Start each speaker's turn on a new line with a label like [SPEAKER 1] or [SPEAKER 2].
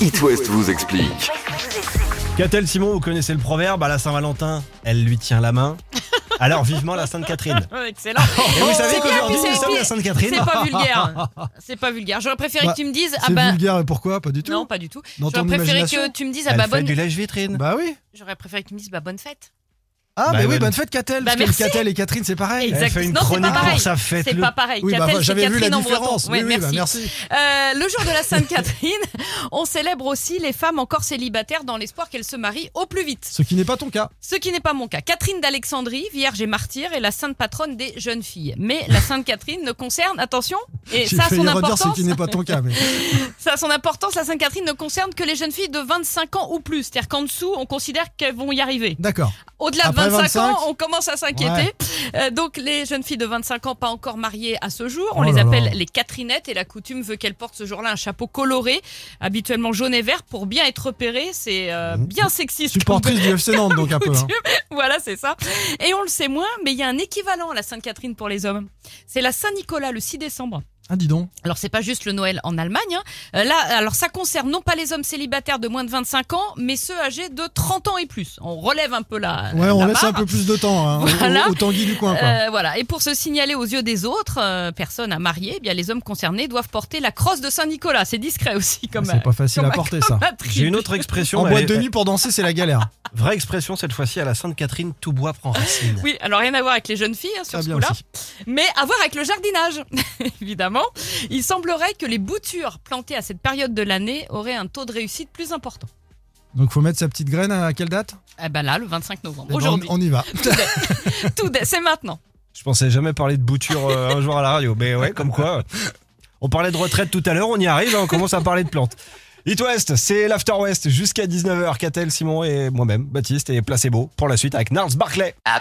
[SPEAKER 1] It West vous explique.
[SPEAKER 2] Catel Simon, vous connaissez le proverbe, à la Saint-Valentin, elle lui tient la main. Alors vivement la Sainte-Catherine.
[SPEAKER 3] Ouais, Excellent.
[SPEAKER 4] Ah,
[SPEAKER 2] Et vous savez
[SPEAKER 3] C'est bien,
[SPEAKER 2] qu'aujourd'hui
[SPEAKER 3] mais
[SPEAKER 2] nous
[SPEAKER 3] c'est-
[SPEAKER 2] sommes la Sainte-Catherine.
[SPEAKER 3] C'est pas vulgaire. C'est pas vulgaire. J'aurais préféré
[SPEAKER 4] Bah,
[SPEAKER 3] que tu me dises. Ah
[SPEAKER 4] C'est
[SPEAKER 3] bah.
[SPEAKER 4] vulgaire, mais pourquoi Pas du tout.
[SPEAKER 3] Non, pas du tout.
[SPEAKER 4] Dans
[SPEAKER 3] J'aurais
[SPEAKER 4] ton
[SPEAKER 3] préféré que
[SPEAKER 4] imagination.
[SPEAKER 3] tu me dises. Ah
[SPEAKER 2] Elle
[SPEAKER 3] bah,
[SPEAKER 2] fait
[SPEAKER 3] bonne.
[SPEAKER 2] du lèche-vitrine.
[SPEAKER 4] Bah oui.
[SPEAKER 3] J'aurais préféré que tu me dises. Bah, bonne fête.
[SPEAKER 4] Ah,
[SPEAKER 2] Bah
[SPEAKER 4] mais oui,
[SPEAKER 2] bonne-
[SPEAKER 4] bonne fête, Catel.
[SPEAKER 3] Bah,
[SPEAKER 4] Parce que le
[SPEAKER 3] merci.
[SPEAKER 4] Catel et Catherine, c'est pareil.
[SPEAKER 3] Exact.
[SPEAKER 2] Elle fait une
[SPEAKER 3] Non, c'est pas
[SPEAKER 2] chronique
[SPEAKER 3] pareil.
[SPEAKER 2] pour sa fête.
[SPEAKER 3] C'est
[SPEAKER 2] le-
[SPEAKER 3] pas pareil.
[SPEAKER 4] Oui, bah,
[SPEAKER 3] Catel, c'est
[SPEAKER 4] j'avais vu la
[SPEAKER 3] Catherine en breton.
[SPEAKER 4] différence.
[SPEAKER 3] Ouais,
[SPEAKER 4] oui, oui, bah,
[SPEAKER 3] merci.
[SPEAKER 4] merci.
[SPEAKER 3] Euh, le jour de la Sainte-Catherine, on célèbre aussi les femmes encore célibataires dans l'espoir qu'elles se marient au plus vite.
[SPEAKER 4] Ce qui n'est pas ton cas.
[SPEAKER 3] Ce qui n'est pas mon cas. Catherine d'Alexandrie, vierge et martyre, est la sainte patronne des jeunes filles. Mais la Sainte Catherine ne concerne, attention, et
[SPEAKER 4] J'ai
[SPEAKER 3] ça a
[SPEAKER 4] failli
[SPEAKER 3] son
[SPEAKER 4] redire ce
[SPEAKER 3] importance,
[SPEAKER 4] qui n'est pas ton cas. Mais...
[SPEAKER 3] ça a son importance, la Sainte Catherine ne concerne que les jeunes filles de 25 ans ou plus. C'est-à-dire qu'en dessous, on considère qu'elles vont y arriver.
[SPEAKER 4] D'accord.
[SPEAKER 3] Au-delà de
[SPEAKER 4] Après
[SPEAKER 3] 25,
[SPEAKER 4] 25,
[SPEAKER 3] ans, on commence à s'inquiéter. Euh, donc les jeunes filles de 25 ans pas encore mariées à ce jour, on
[SPEAKER 4] Oh
[SPEAKER 3] les
[SPEAKER 4] là
[SPEAKER 3] appelle
[SPEAKER 4] là.
[SPEAKER 3] les Catherinettes et la coutume veut qu'elles portent ce jour-là un chapeau coloré, habituellement jaune et vert, pour bien être repérées. C'est euh,
[SPEAKER 4] Mhm.
[SPEAKER 3] bien sexiste. comme
[SPEAKER 4] Supportrice du FC Nantes, donc un peu. hein.
[SPEAKER 3] voilà, c'est ça. Et on le sait moins, mais il y a un équivalent à la Sainte-Catherine pour les hommes. C'est la Saint-Nicolas le 6 décembre.
[SPEAKER 4] Ah, dis donc.
[SPEAKER 3] Alors c'est pas juste le Noël en Allemagne. hein. Euh, Là, alors ça concerne non pas les hommes célibataires de moins de 25 ans, mais ceux âgés de 30 ans et plus. On relève un peu la.
[SPEAKER 4] Ouais, on
[SPEAKER 3] la
[SPEAKER 4] laisse un
[SPEAKER 3] barre.
[SPEAKER 4] peu plus de temps hein, au-
[SPEAKER 3] Euh, Voilà.
[SPEAKER 4] au, au Tanguy du coin. Quoi.
[SPEAKER 3] Euh, voilà. Et pour se signaler aux yeux des autres, euh, personnes à marier, eh bien les hommes concernés doivent porter la crosse de Saint-Nicolas. C'est discret aussi comme.
[SPEAKER 4] c'est pas facile
[SPEAKER 3] comme-
[SPEAKER 4] à porter ça.
[SPEAKER 3] comme attribut.
[SPEAKER 2] J'ai une autre expression.
[SPEAKER 4] En
[SPEAKER 2] elle
[SPEAKER 4] boîte
[SPEAKER 2] est-
[SPEAKER 4] de nuit pour danser, c'est la galère.
[SPEAKER 2] Vraie expression cette fois-ci à la Sainte-Catherine, tout bois prend racine.
[SPEAKER 3] Oui, alors rien à voir avec les jeunes filles hein, sur
[SPEAKER 4] Ah,
[SPEAKER 3] ce
[SPEAKER 4] bien
[SPEAKER 3] coup-là.
[SPEAKER 4] aussi.
[SPEAKER 3] mais à voir avec le jardinage, évidemment. Il semblerait que les boutures plantées à cette période de l'année auraient un taux de réussite plus important.
[SPEAKER 4] Donc faut mettre sa petite graine à quelle date
[SPEAKER 3] Eh ben là, le 25
[SPEAKER 4] Eh
[SPEAKER 3] novembre,
[SPEAKER 4] ben,
[SPEAKER 3] aujourd'hui.
[SPEAKER 4] on, on y va.
[SPEAKER 3] Tout dé- c'est maintenant.
[SPEAKER 2] Je pensais jamais parler de bouture euh, un jour à la radio, mais ouais, comme quoi. euh, On parlait de retraite tout à l'heure, on y arrive, hein, on commence à parler de plantes. It West, c'est l'After West jusqu'à 19h. Catel, Simon et moi-même, Baptiste et Placebo pour la suite avec Nars Barclay.
[SPEAKER 1] À